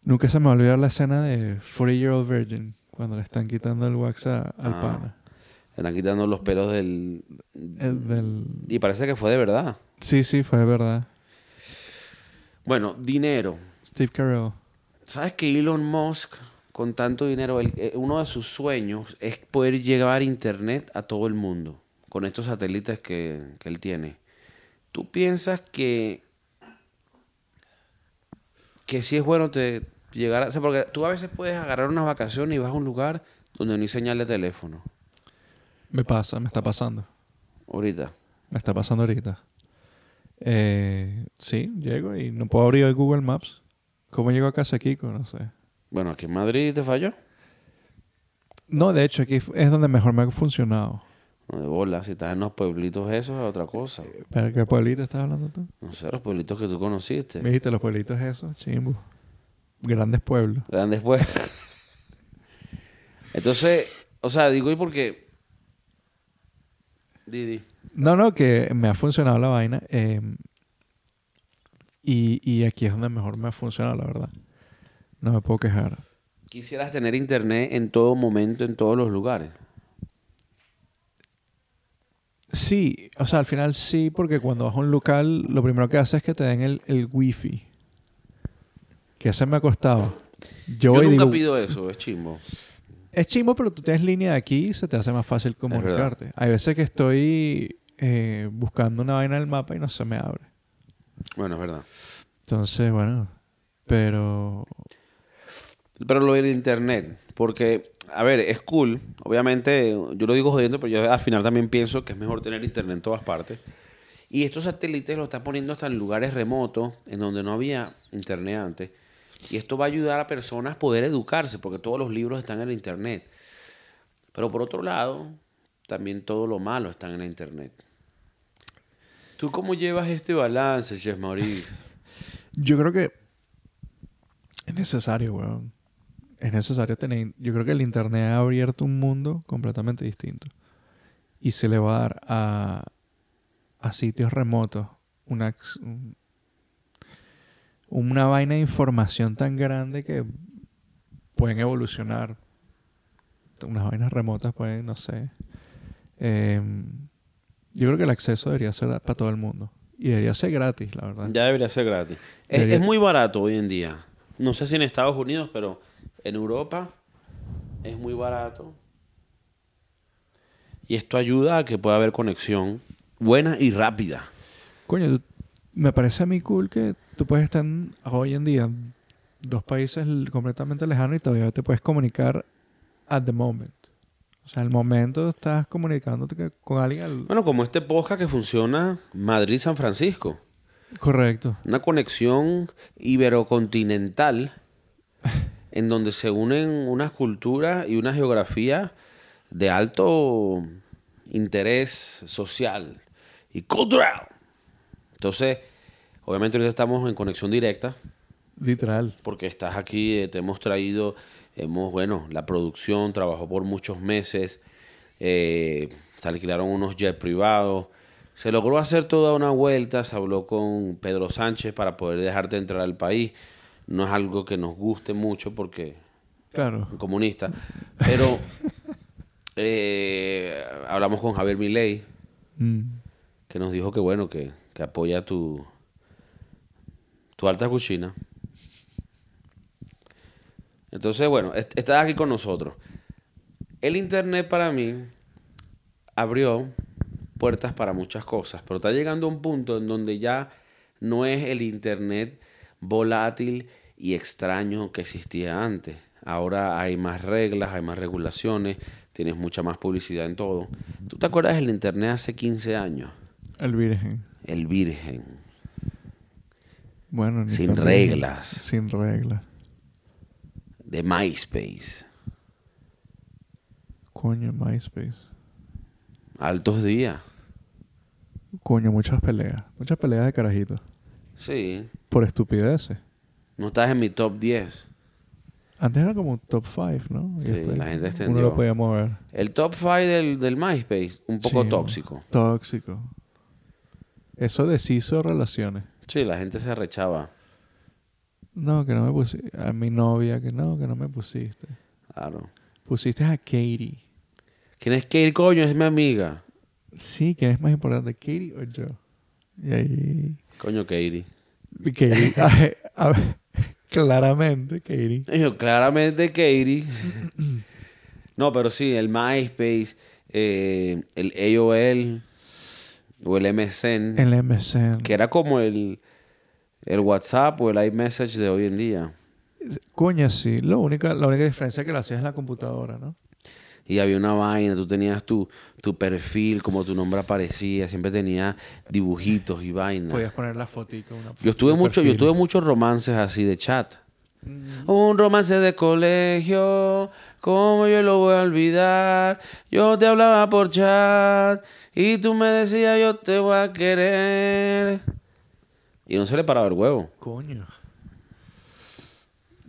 Speaker 1: Nunca se me va a olvidar la escena de 40 Year Old Virgin cuando le están quitando el wax a- al
Speaker 2: Ah.
Speaker 1: pana.
Speaker 2: Le están quitando los pelos del...
Speaker 1: El del-
Speaker 2: Y parece que fue de verdad.
Speaker 1: Sí, sí, fue de verdad.
Speaker 2: Bueno, dinero.
Speaker 1: Steve Carell.
Speaker 2: ¿Sabes que Elon Musk, con tanto dinero, él- eh, uno de sus sueños es poder llevar internet a todo el mundo con estos satélites que, que él tiene? ¿Tú piensas que, que si es bueno te llegar a... o sea, porque tú a veces puedes agarrar unas vacaciones y vas a un lugar donde no hay señal de teléfono.
Speaker 1: Me pasa, me está pasando.
Speaker 2: Ahorita.
Speaker 1: Me está pasando ahorita. Eh, sí, llego y no puedo abrir el Google Maps. ¿Cómo llego a casa aquí? No sé.
Speaker 2: Bueno, aquí en Madrid te falló.
Speaker 1: No, de hecho, aquí es donde mejor me ha funcionado.
Speaker 2: No, de bola. Si estás en los pueblitos esos es otra cosa.
Speaker 1: ¿Para qué pueblito estás hablando tú?
Speaker 2: No sé, los pueblitos que tú conociste.
Speaker 1: Me dijiste, los pueblitos esos, chimbo. Grandes pueblos.
Speaker 2: Grandes después. Entonces, o sea, digo, ¿y por qué? Didi.
Speaker 1: No, no, que me ha funcionado la vaina. eh, y, y aquí es donde mejor me ha funcionado, la verdad. No me puedo quejar.
Speaker 2: Quisieras tener internet en todo momento, en todos los lugares.
Speaker 1: Sí, o sea, al final sí, porque cuando vas a un local, lo primero que haces es que te den el, el wifi. Que ese me ha costado. Yo,
Speaker 2: Yo,
Speaker 1: voy y
Speaker 2: nunca
Speaker 1: digo,
Speaker 2: pido eso, es chimbo.
Speaker 1: Es chimbo, pero tú tienes línea de aquí y se te hace más fácil
Speaker 2: verdad.
Speaker 1: comunicarte. Hay veces que estoy eh, buscando una vaina en el mapa y no se me abre.
Speaker 2: Bueno, es verdad.
Speaker 1: Entonces, bueno, pero
Speaker 2: Pero lo del internet, porque, a ver, es cool. Obviamente, yo lo digo jodiendo, pero yo al final también pienso que es mejor tener internet en todas partes. Y estos satélites los están poniendo hasta en lugares remotos, en donde no había internet antes. Y esto va a ayudar a personas a poder educarse, porque todos los libros están en el internet. Pero por otro lado, también todo lo malo está en el internet. ¿Tú cómo llevas este balance, Chef Maurice?
Speaker 1: Yo creo que es necesario, weón. Es necesario tener... Yo creo que el Internet ha abierto un mundo completamente distinto. Y se le va a dar a, a sitios remotos una, ex- un- una vaina de información tan grande que pueden evolucionar. Unas vainas remotas pueden, no sé. Em, yo creo que el acceso debería ser a- para todo el mundo. Y debería ser gratis, la verdad.
Speaker 2: Ya debería ser gratis. Es,
Speaker 1: Debería-
Speaker 2: es muy barato hoy en día. No sé si en Estados Unidos, pero en Europa es muy barato. Y esto ayuda a que pueda haber conexión buena y rápida.
Speaker 1: Coño, tú- me parece a mí cool que tú puedes estar en- hoy en día en dos países l- completamente lejanos y todavía te puedes comunicar at the moment. O sea, al momento estás comunicándote que- con alguien. al-
Speaker 2: Bueno, como este podcast que funciona Madrid-San Francisco.
Speaker 1: Correcto.
Speaker 2: Una conexión iberocontinental en donde se unen unas culturas y una geografía de alto interés social y cultural. Entonces, obviamente ahorita estamos en conexión directa
Speaker 1: Literal.
Speaker 2: porque estás aquí, eh, te hemos traído, hemos, bueno, la producción trabajó por muchos meses, eh, se alquilaron unos jets privados, se logró hacer toda una vuelta, se habló con Pedro Sánchez para poder dejarte entrar al país. No es algo que nos guste mucho porque
Speaker 1: Claro.
Speaker 2: un comunista, pero eh, hablamos con Javier Milei,
Speaker 1: Mm.
Speaker 2: que nos dijo que bueno, que, que apoya tu, tu alta cocina. Entonces, bueno, est- estás aquí con nosotros. El internet para mí abrió puertas para muchas cosas, pero está llegando a un punto en donde ya no es el internet volátil y extraño que existía antes. Ahora hay más reglas, hay más regulaciones, tienes mucha más publicidad en todo. ¿Tú te acuerdas del internet hace 15 años?
Speaker 1: El virgen.
Speaker 2: El virgen.
Speaker 1: Bueno. ni
Speaker 2: Sin
Speaker 1: tan virgen.
Speaker 2: reglas.
Speaker 1: Sin reglas.
Speaker 2: de MySpace.
Speaker 1: Coño, MySpace.
Speaker 2: Altos días.
Speaker 1: Coño, muchas peleas. Muchas peleas de carajitos.
Speaker 2: Sí.
Speaker 1: Por estupideces.
Speaker 2: No estás en mi top 10.
Speaker 1: Antes era como top 5, ¿no? Y
Speaker 2: Sí,
Speaker 1: después
Speaker 2: la gente
Speaker 1: Uno
Speaker 2: extendió.
Speaker 1: lo podía mover.
Speaker 2: El top 5 del, del MySpace, un poco
Speaker 1: Sí,
Speaker 2: tóxico.
Speaker 1: Tóxico. Eso deshizo relaciones.
Speaker 2: Sí, la gente se arrechaba.
Speaker 1: No, que no me pusiste. A mi novia, que no, que no me pusiste.
Speaker 2: Claro.
Speaker 1: Pusiste a Katie.
Speaker 2: ¿Quién es Kate coño? Es mi amiga.
Speaker 1: Sí, ¿quién es más importante, Katie o yo? Y ahí.
Speaker 2: Coño, Katie.
Speaker 1: y Katie. a- a- claramente, Katie.
Speaker 2: Yo, claramente Katie. No, pero sí, el MySpace, eh, el AOL o el MSN,
Speaker 1: El MSN.
Speaker 2: que era como el, el WhatsApp o el iMessage de hoy en día.
Speaker 1: Coño, sí. Lo única, la única diferencia es que lo hacías en la computadora, ¿no?
Speaker 2: Y había una vaina, tú tenías tu, tu perfil, como tu nombre aparecía, siempre tenías dibujitos y vainas.
Speaker 1: Podías poner la fotica. Una,
Speaker 2: yo estuve
Speaker 1: un
Speaker 2: mucho, yo
Speaker 1: Pues, perfil.
Speaker 2: tuve muchos romances así de chat. Un romance de colegio, ¿cómo yo lo voy a olvidar? Yo te hablaba por chat y tú me decías yo te voy a querer. Y no se le paraba el huevo.
Speaker 1: Coño.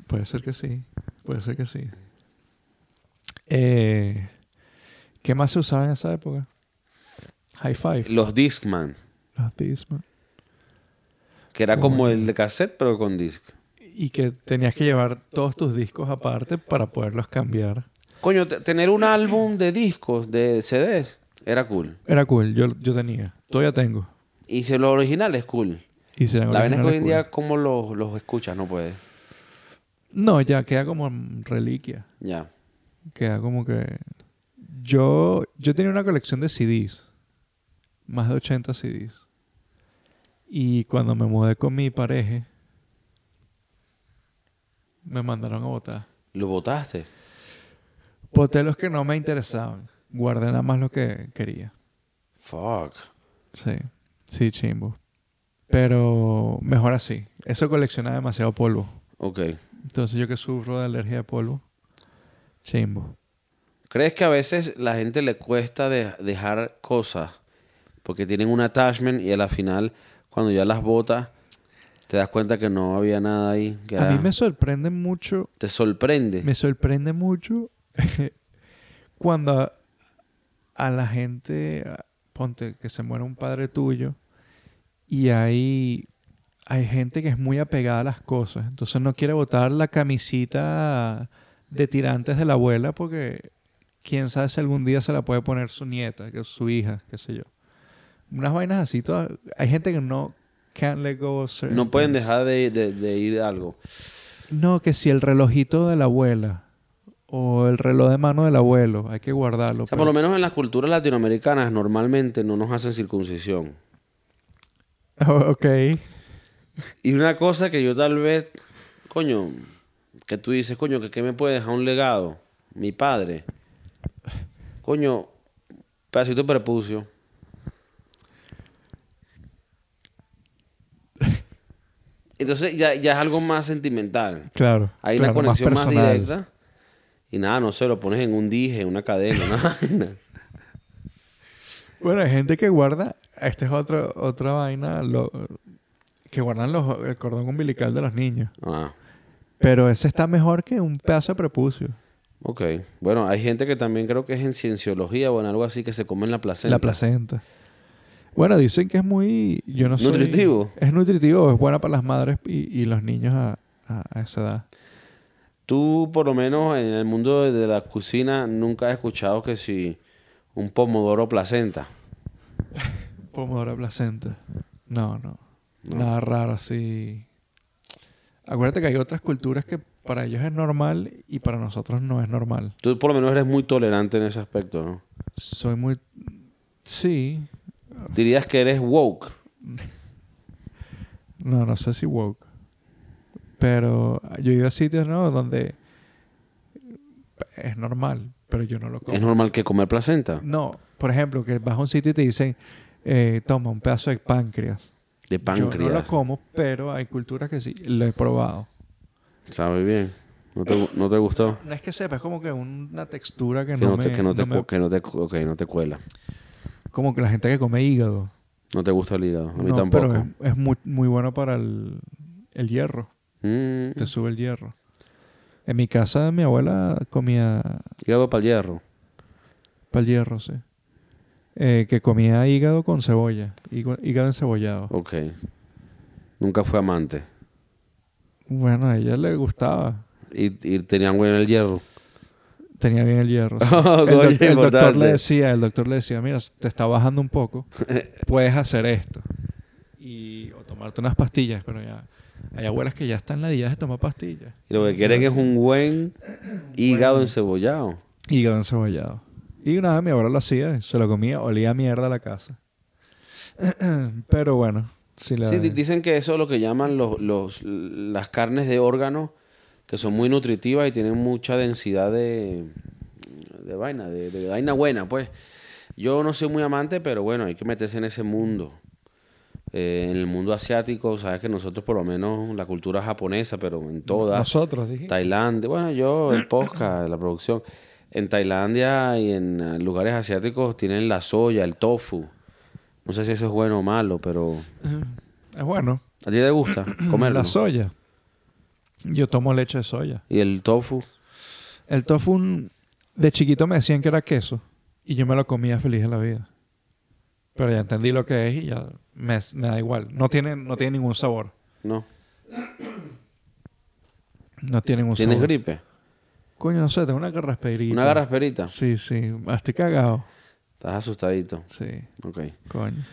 Speaker 1: Puede ser que sí. Puede ser que sí. Eh, ¿Qué más se usaba en esa época? High Five.
Speaker 2: Los Discman,
Speaker 1: Los Discman.
Speaker 2: que era como el de cassette pero con disc.
Speaker 1: Y que tenías que llevar todos tus discos aparte para poderlos cambiar.
Speaker 2: Coño, te- tener un álbum de discos, de CDs, era cool.
Speaker 1: Era cool. Yo, yo tenía. Todavía tengo.
Speaker 2: Y si lo original es cool.
Speaker 1: Y se
Speaker 2: La vaina es que hoy en día, ¿cómo los, los escuchas? No puedes.
Speaker 1: No, ya queda como reliquia.
Speaker 2: Ya.
Speaker 1: Queda como que... Yo, yo tenía una colección de CDs. Más de 80 CDs. Y cuando me mudé con mi pareja, me mandaron a votar.
Speaker 2: Lo votaste.
Speaker 1: Boté los que no me interesaban. Guardé nada más lo que quería.
Speaker 2: Fuck.
Speaker 1: Sí, sí, chimbo. Pero mejor así. Eso colecciona demasiado polvo.
Speaker 2: Ok.
Speaker 1: Entonces yo que sufro de alergia de polvo, chimbo.
Speaker 2: ¿Crees que a veces la gente le cuesta de- dejar cosas porque tienen un attachment y a la final, cuando ya las botas, te das cuenta que no había nada ahí? que
Speaker 1: A
Speaker 2: era-
Speaker 1: mí me sorprende mucho,
Speaker 2: Te sorprende.
Speaker 1: me sorprende mucho cuando a, a la gente, a- ponte que se muere un padre tuyo y hay, hay gente que es muy apegada a las cosas. Entonces no quiere botar la camisita de tirantes de la abuela porque quién sabe si algún día se la puede poner su nieta, que su hija, qué sé yo. Unas vainas así, todas- hay gente que no can't let go of certain
Speaker 2: No pueden
Speaker 1: things.
Speaker 2: dejar de, de- de ir algo.
Speaker 1: No, que si el relojito de la abuela o el reloj de mano del abuelo, hay que guardarlo.
Speaker 2: O sea, por lo
Speaker 1: pero-
Speaker 2: menos en las culturas latinoamericanas normalmente no nos hacen circuncisión.
Speaker 1: ok.
Speaker 2: Y una cosa que yo tal vez, coño, que tú dices, coño, que qué me puede dejar un legado, mi padre. Coño, pedacito de prepucio. Entonces ya, ya es algo más sentimental.
Speaker 1: Claro.
Speaker 2: Hay
Speaker 1: claro,
Speaker 2: una conexión más,
Speaker 1: personal.
Speaker 2: directa Y nada, no sé, lo pones en un dije, en una cadena, una vaina.
Speaker 1: Bueno, hay gente que guarda. Esta es otra, otra vaina. lo- que guardan los, el cordón umbilical de los niños.
Speaker 2: Ah,
Speaker 1: Pero ese está mejor que un pedazo de prepucio.
Speaker 2: ok. Bueno, hay gente que también creo que es en cienciología o en algo así que se comen la placenta.
Speaker 1: La placenta. Bueno, dicen que es muy. Yo no soy-
Speaker 2: Nutritivo.
Speaker 1: es nutritivo, es buena para las madres y, y los niños a, a- a esa edad.
Speaker 2: Tú, por lo menos en el mundo de- de la cocina, nunca has escuchado que si un pomodoro placenta.
Speaker 1: Pomodoro placenta. No, no. Nada raro así. Acuérdate que hay otras culturas que para ellos es normal y para nosotros no es normal.
Speaker 2: Tú, por lo menos, eres muy tolerante en ese aspecto, ¿no?
Speaker 1: Soy muy. Sí.
Speaker 2: Dirías que eres woke.
Speaker 1: No, no sé si woke. Pero yo he ido a sitios, ¿no? Donde es normal, pero yo no lo como.
Speaker 2: Es normal que comer placenta.
Speaker 1: No, por ejemplo, que vas a un sitio y te dicen, eh, toma un pedazo de páncreas. Yo
Speaker 2: De
Speaker 1: no
Speaker 2: páncreas.
Speaker 1: lo como, pero hay culturas que sí, lo he probado.
Speaker 2: Sabe bien. ¿No te, gu- no te gustó?
Speaker 1: No es que sepa, es como que una textura que,
Speaker 2: Que
Speaker 1: no,
Speaker 2: no te,
Speaker 1: me-
Speaker 2: que no te,
Speaker 1: no me-
Speaker 2: cu- que no te cu- ok, no te cuela.
Speaker 1: Como que la gente que come hígado.
Speaker 2: No te gusta el hígado. A mí
Speaker 1: No,
Speaker 2: tampoco.
Speaker 1: Pero es, es muy, muy bueno para el, el hierro.
Speaker 2: Mm,
Speaker 1: Te sube el hierro. En mi casa mi abuela comía
Speaker 2: hígado para el hierro.
Speaker 1: Para el hierro, sí. Eh, que comía hígado con cebolla. higo- Hígado encebollado.
Speaker 2: Ok. Nunca fue amante.
Speaker 1: Bueno, a ella le gustaba.
Speaker 2: Y, y tenían bueno el hierro.
Speaker 1: Tenía bien el hierro. sí. el, doc-
Speaker 2: Oh, coño,
Speaker 1: el doctor
Speaker 2: importante.
Speaker 1: le decía, el doctor le decía, mira, te está bajando un poco. Puedes hacer esto. Y, o tomarte unas pastillas, pero ya... Hay abuelas que ya están ladidas de tomar pastillas.
Speaker 2: Y lo que quieren es un buen hígado encebollado.
Speaker 1: Hígado encebollado. Y una vez mi abuela lo hacía, se lo comía, olía a mierda la casa. pero bueno, sí la...
Speaker 2: Sí, di- dicen que eso es lo que llaman los, los- las carnes de órgano, que son muy nutritivas y tienen mucha densidad de, de vaina, de, de vaina buena, pues. Yo no soy muy amante, pero bueno, hay que meterse en ese mundo. Eh, en el mundo asiático, sabes que nosotros por lo menos, la cultura japonesa, pero en todas,
Speaker 1: Nosotros, dije.
Speaker 2: Tailandia, bueno, yo, el podcast, la producción. En Tailandia y en eh, lugares asiáticos tienen la soya, el tofu. No sé si eso es bueno o malo, pero
Speaker 1: Es bueno.
Speaker 2: ¿A ti te gusta comerlo?
Speaker 1: La soya. Yo tomo leche de soya.
Speaker 2: ¿Y el tofu?
Speaker 1: El tofu un- de chiquito me decían que era queso y yo me lo comía feliz de la vida. Pero ya entendí lo que es y ya me, me da igual. No tiene, no tiene ningún sabor.
Speaker 2: No.
Speaker 1: No tiene ningún
Speaker 2: ¿Tienes
Speaker 1: sabor.
Speaker 2: gripe?
Speaker 1: Coño, no sé, tengo una carrasperita.
Speaker 2: ¿Una garrasperita?
Speaker 1: Sí, sí. Estoy cagado.
Speaker 2: Estás asustadito.
Speaker 1: Sí,
Speaker 2: Ok.
Speaker 1: coño.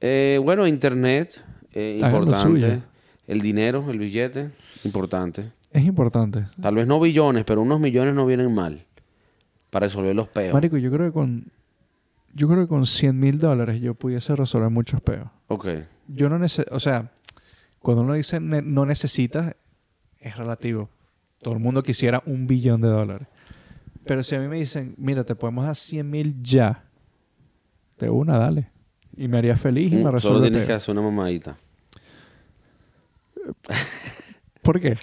Speaker 2: Eh, bueno, internet, eh,
Speaker 1: Hagan lo
Speaker 2: importante.
Speaker 1: suyo.
Speaker 2: El dinero, el billete, importante.
Speaker 1: Es importante.
Speaker 2: Tal vez no billones, pero unos millones no vienen mal. Para resolver los peos.
Speaker 1: Marico, yo creo que con... Yo creo que con 100 mil dólares yo pudiese resolver muchos peos.
Speaker 2: Ok.
Speaker 1: Yo no necesito, o sea, cuando uno dice ne- no necesitas, es relativo. Todo el mundo quisiera un billón de dólares. Pero si a mí me dicen, mira, te podemos dar 100 mil ya, de una, dale. Y me haría feliz y me
Speaker 2: Mm, Solo
Speaker 1: resuelve.
Speaker 2: tienes
Speaker 1: el
Speaker 2: que
Speaker 1: pedo.
Speaker 2: hacer una mamadita.
Speaker 1: ¿Por qué?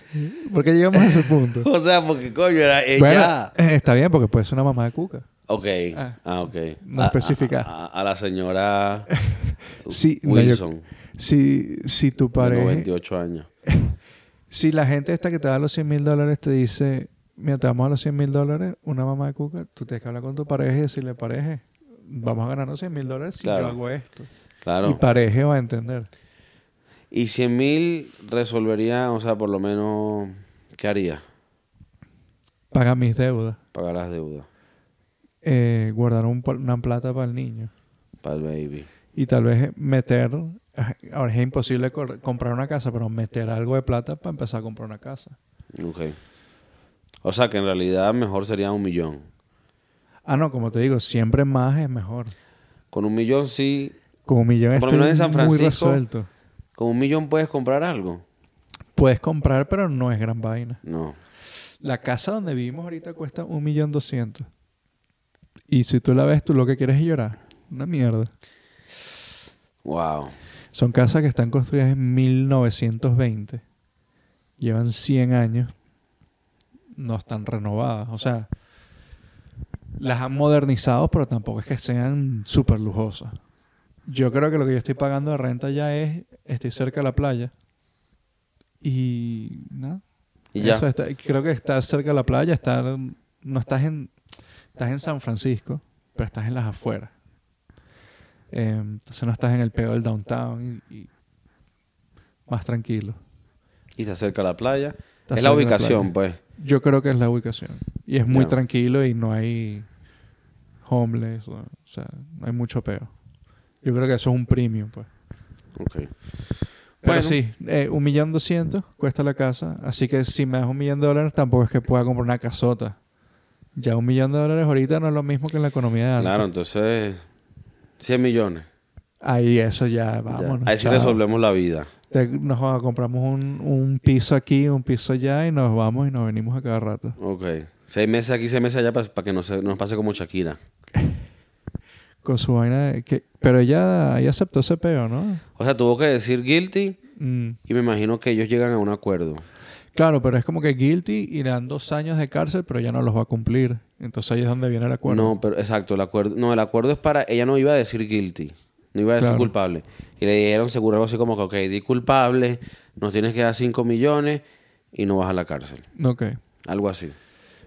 Speaker 1: ¿Por qué llegamos a ese punto?
Speaker 2: O sea, porque coño, era
Speaker 1: bueno, eh, está bien, porque puede ser una mamá de cuca.
Speaker 2: Ok. Ah,
Speaker 1: Ah.
Speaker 2: ok.
Speaker 1: No
Speaker 2: A- a-
Speaker 1: especifica.
Speaker 2: A, a la señora
Speaker 1: Sí, no, yo-
Speaker 2: Wilson,
Speaker 1: Si, si tu
Speaker 2: de
Speaker 1: pareja,
Speaker 2: 98 años.
Speaker 1: Si la gente esta que te da los 100 mil dólares te dice, mira, te damos a los 100 mil dólares, una mamá de cuca, tú tienes que hablar con tu pareja y decirle, pareja, vamos a ganarnos 100 mil dólares si yo
Speaker 2: Claro.
Speaker 1: hago esto.
Speaker 2: Claro.
Speaker 1: Y pareja va a entender.
Speaker 2: Y 100.000 mil resolvería, o sea, por lo menos, ¿qué haría?
Speaker 1: Paga mis deudas.
Speaker 2: Pagar las deudas
Speaker 1: Eh, guardar un pa- una plata para el niño.
Speaker 2: para el baby.
Speaker 1: Y tal vez meter, ah, ahora es imposible cor- comprar una casa, pero meter algo de plata para empezar a comprar una casa.
Speaker 2: Ok. O sea, que en realidad mejor sería un millón.
Speaker 1: Ah, no, como te digo, siempre más es mejor.
Speaker 2: Con un millón sí,
Speaker 1: Con un millón
Speaker 2: Por lo
Speaker 1: estoy
Speaker 2: menos en San
Speaker 1: muy
Speaker 2: Francisco-
Speaker 1: resuelto.
Speaker 2: con un millón puedes comprar algo.
Speaker 1: Puedes comprar, pero no es gran vaina.
Speaker 2: No.
Speaker 1: La casa donde vivimos ahorita cuesta un millón doscientos. Y si tú la ves, tú lo que quieres es llorar. Una mierda.
Speaker 2: Wow.
Speaker 1: Son casas que están construidas en 1920. Llevan 100 años. no están renovadas. O sea, las han modernizado, pero tampoco es que sean súper lujosas. Yo creo que lo que yo estoy pagando de renta ya es, estoy cerca de la playa. Y nada.
Speaker 2: Y ya.
Speaker 1: Eso está- creo que estar cerca de la playa, estar, no estás en, estás en San Francisco, pero estás en las afueras. Eh, entonces no estás en el pedo del downtown y, y más tranquilo.
Speaker 2: Y se acerca a la playa.
Speaker 1: Estás
Speaker 2: es
Speaker 1: cerca
Speaker 2: la
Speaker 1: de playa.
Speaker 2: ubicación, pues.
Speaker 1: Yo creo que es la ubicación. Y es muy
Speaker 2: Ya.
Speaker 1: tranquilo y no hay homeless, o, o sea, no hay mucho peo. Yo creo que eso es un premium, pues.
Speaker 2: Ok.
Speaker 1: Pero
Speaker 2: Bueno.
Speaker 1: sí, eh, un millón doscientos cuesta la casa. Así que si me das un millón de dólares, tampoco es que pueda comprar una casota. Ya un millón de dólares ahorita no es lo mismo que en la economía de antes.
Speaker 2: Claro, entonces. 100 millones.
Speaker 1: Ahí eso ya,
Speaker 2: Ya.
Speaker 1: vámonos.
Speaker 2: Ahí sí
Speaker 1: chao.
Speaker 2: resolvemos la vida.
Speaker 1: Te- nos jodas, compramos un, un piso aquí, un piso allá y nos vamos y nos venimos a cada rato.
Speaker 2: Ok. Seis meses aquí, seis meses allá para, que no se- nos pase como Shakira.
Speaker 1: Con su vaina de... que- pero ella, ella aceptó ese peo, ¿no?
Speaker 2: O sea, tuvo que decir guilty
Speaker 1: Mm.
Speaker 2: y me imagino que ellos llegan a un acuerdo.
Speaker 1: Claro, pero es como que guilty y le dan dos años de cárcel, pero ya no los va a cumplir. Entonces ahí es donde viene el acuerdo.
Speaker 2: No, pero exacto, el acuerdo. No, el acuerdo es para. Ella no iba a decir guilty. No iba a decir
Speaker 1: Claro.
Speaker 2: culpable. Y le dijeron seguro algo así como que, ok, di culpable, nos tienes que dar 5 millones y no vas a la cárcel.
Speaker 1: Ok.
Speaker 2: Algo así.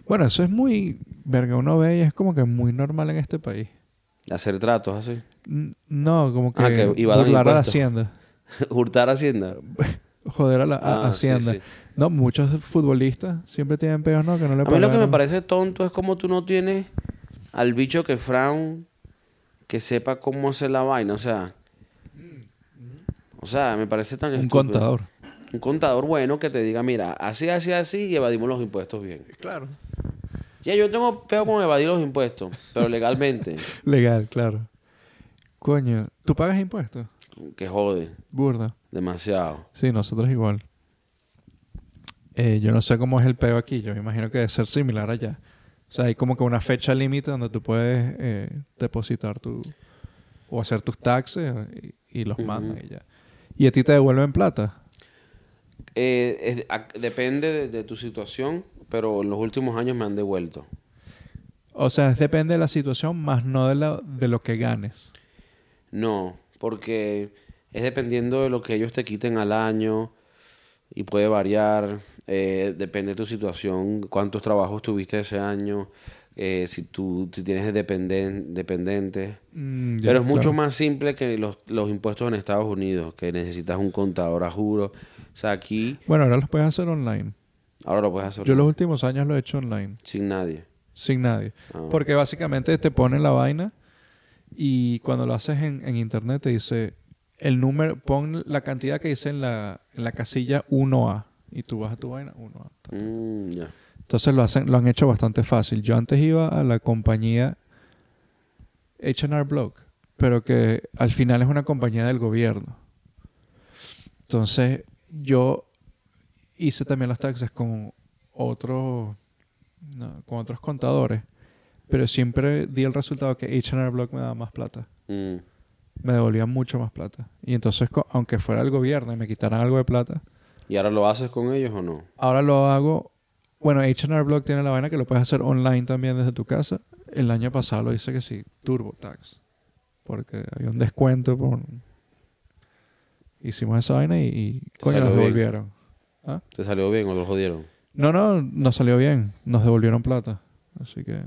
Speaker 1: Bueno, eso es muy. Verga, uno ve y es como que muy normal en este país.
Speaker 2: Hacer tratos así.
Speaker 1: N- No, como que,
Speaker 2: Ah, que iba a dar
Speaker 1: burlar a la
Speaker 2: impuestos.
Speaker 1: Hacienda.
Speaker 2: Hurtar Hacienda.
Speaker 1: Joder a la a-
Speaker 2: Ah, sí,
Speaker 1: Hacienda.
Speaker 2: sí.
Speaker 1: No, muchos futbolistas siempre tienen peos, ¿no? Que no le
Speaker 2: A mí lo que me
Speaker 1: pagaron.
Speaker 2: parece tonto es como tú no tienes al bicho que Frown que sepa cómo hacer la vaina. O sea. O sea, me parece tan
Speaker 1: Un
Speaker 2: estúpido.
Speaker 1: contador.
Speaker 2: Un contador bueno que te diga, mira, así, así, así y evadimos los impuestos bien.
Speaker 1: Claro.
Speaker 2: Ya, yo tengo peo con evadir los impuestos, pero legalmente.
Speaker 1: Legal, claro. Coño, ¿tú pagas impuestos?
Speaker 2: que jode
Speaker 1: Burda.
Speaker 2: demasiado.
Speaker 1: Sí, nosotros igual. Eh, yo no sé cómo es el peo aquí. Yo me imagino que debe ser similar allá. O sea, hay como que una fecha límite donde tú puedes eh, depositar tu... O hacer tus taxes eh, y, y los mandan y ya. ¿Y a ti te devuelven plata?
Speaker 2: Eh, es- a- depende de, de tu situación, pero en los últimos años me han devuelto.
Speaker 1: O sea, es depende de la situación, más no de, la- de lo que ganes.
Speaker 2: No, porque es dependiendo de lo que ellos te quiten al año y puede variar. eh, depende de tu situación, cuántos trabajos tuviste ese año, eh, si tú si tienes dependen- dependientes.
Speaker 1: Mm, ya,
Speaker 2: Pero es mucho
Speaker 1: claro.
Speaker 2: más simple que los, los impuestos en Estados Unidos, que necesitas un contador a juro. O sea, aquí
Speaker 1: Bueno, ahora los puedes hacer online.
Speaker 2: ahora lo puedes hacer
Speaker 1: Yo los últimos años lo he hecho online,
Speaker 2: sin nadie.
Speaker 1: sin nadie.
Speaker 2: Ah.
Speaker 1: Porque básicamente te ponen la vaina y cuando lo haces en, en internet te dice el número, pon la cantidad que dice en la, en la casilla 1A y tú vas a tu vaina 1A.
Speaker 2: Mm, ya.
Speaker 1: Entonces lo, hacen, lo han hecho bastante fácil. Yo antes iba a la compañía HR Block, pero que al final es una compañía del gobierno. Entonces yo hice también los taxes con otros, no, con otros contadores, pero siempre di el resultado que HR Block me daba más plata.
Speaker 2: Mm,
Speaker 1: Me devolvían mucho más plata. Y entonces, co- aunque fuera el gobierno y me quitaran algo de plata,
Speaker 2: ¿Y ahora lo haces con ellos o no?
Speaker 1: Ahora lo hago. Bueno, HR Block tiene la vaina que lo puedes hacer online también desde tu casa. El año pasado lo hice que sí, TurboTax. Porque había un descuento por. Hicimos esa vaina y, y, coño,
Speaker 2: salió
Speaker 1: nos
Speaker 2: bien.
Speaker 1: devolvieron.
Speaker 2: ¿Te salió bien o lo jodieron?
Speaker 1: No, no, nos salió bien. Nos devolvieron plata. Así que.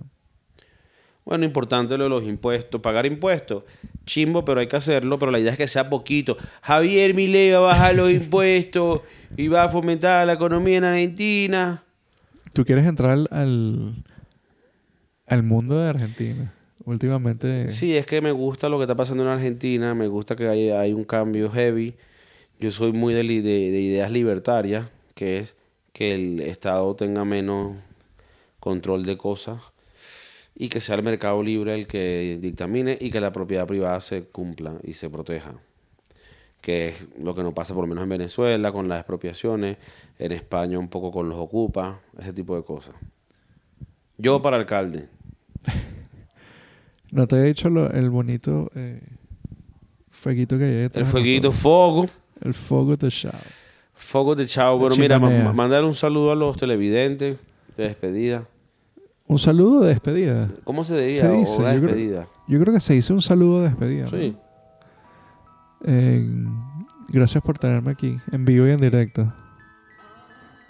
Speaker 2: Bueno, importante lo de los impuestos. Pagar impuestos. Chimbo, pero hay que hacerlo. Pero la idea es que sea poquito. Javier Milei va a bajar los impuestos y va a fomentar la economía en Argentina.
Speaker 1: ¿Tú quieres entrar al. al, al mundo de Argentina? Últimamente.
Speaker 2: Sí, es que me gusta lo que está pasando en Argentina. Me gusta que hay, hay un cambio heavy. Yo soy muy de, li- de- de ideas libertarias, que es que el Estado tenga menos control de cosas y que sea el mercado libre el que dictamine y que la propiedad privada se cumpla y se proteja. Que es lo que no pasa por lo menos en Venezuela con las expropiaciones, en España un poco con los ocupa, ese tipo de cosas. Yo para alcalde.
Speaker 1: No te he dicho lo- el bonito. eh, fueguito que hay detrás
Speaker 2: El
Speaker 1: de
Speaker 2: fueguito,
Speaker 1: nosotros.
Speaker 2: fuego.
Speaker 1: El fuego de Chao.
Speaker 2: Fuego de chao.
Speaker 1: La
Speaker 2: Bueno, mira, ma-
Speaker 1: chimenea.
Speaker 2: ma- mandar un saludo a los televidentes. de despedida.
Speaker 1: Un saludo de despedida.
Speaker 2: ¿Cómo se diría?
Speaker 1: Se dice,
Speaker 2: o la
Speaker 1: yo creo-
Speaker 2: despedida.
Speaker 1: Yo creo que se hizo un saludo de despedida. ¿no?
Speaker 2: Sí.
Speaker 1: Eh, gracias por tenerme aquí, en vivo y en directo.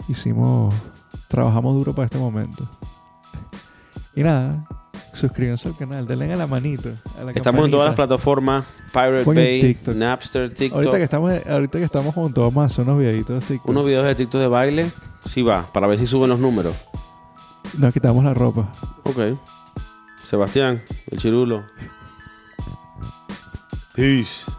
Speaker 1: Hicimos. Trabajamos duro para este momento. Y nada, suscríbanse al canal, denle a la manito. a la
Speaker 2: Estamos en todas las
Speaker 1: campanita.
Speaker 2: plataformas. Pirate
Speaker 1: Coño,
Speaker 2: Bay,
Speaker 1: TikTok.
Speaker 2: Napster, TikTok.
Speaker 1: Ahorita que estamos, ahorita que estamos juntos, vamos a hacer unos videitos de TikTok.
Speaker 2: Unos videos de TikTok de baile. Sí va, para ver si suben los números.
Speaker 1: Nos quitamos la ropa.
Speaker 2: Ok. Sebastián, el chirulo. Peace.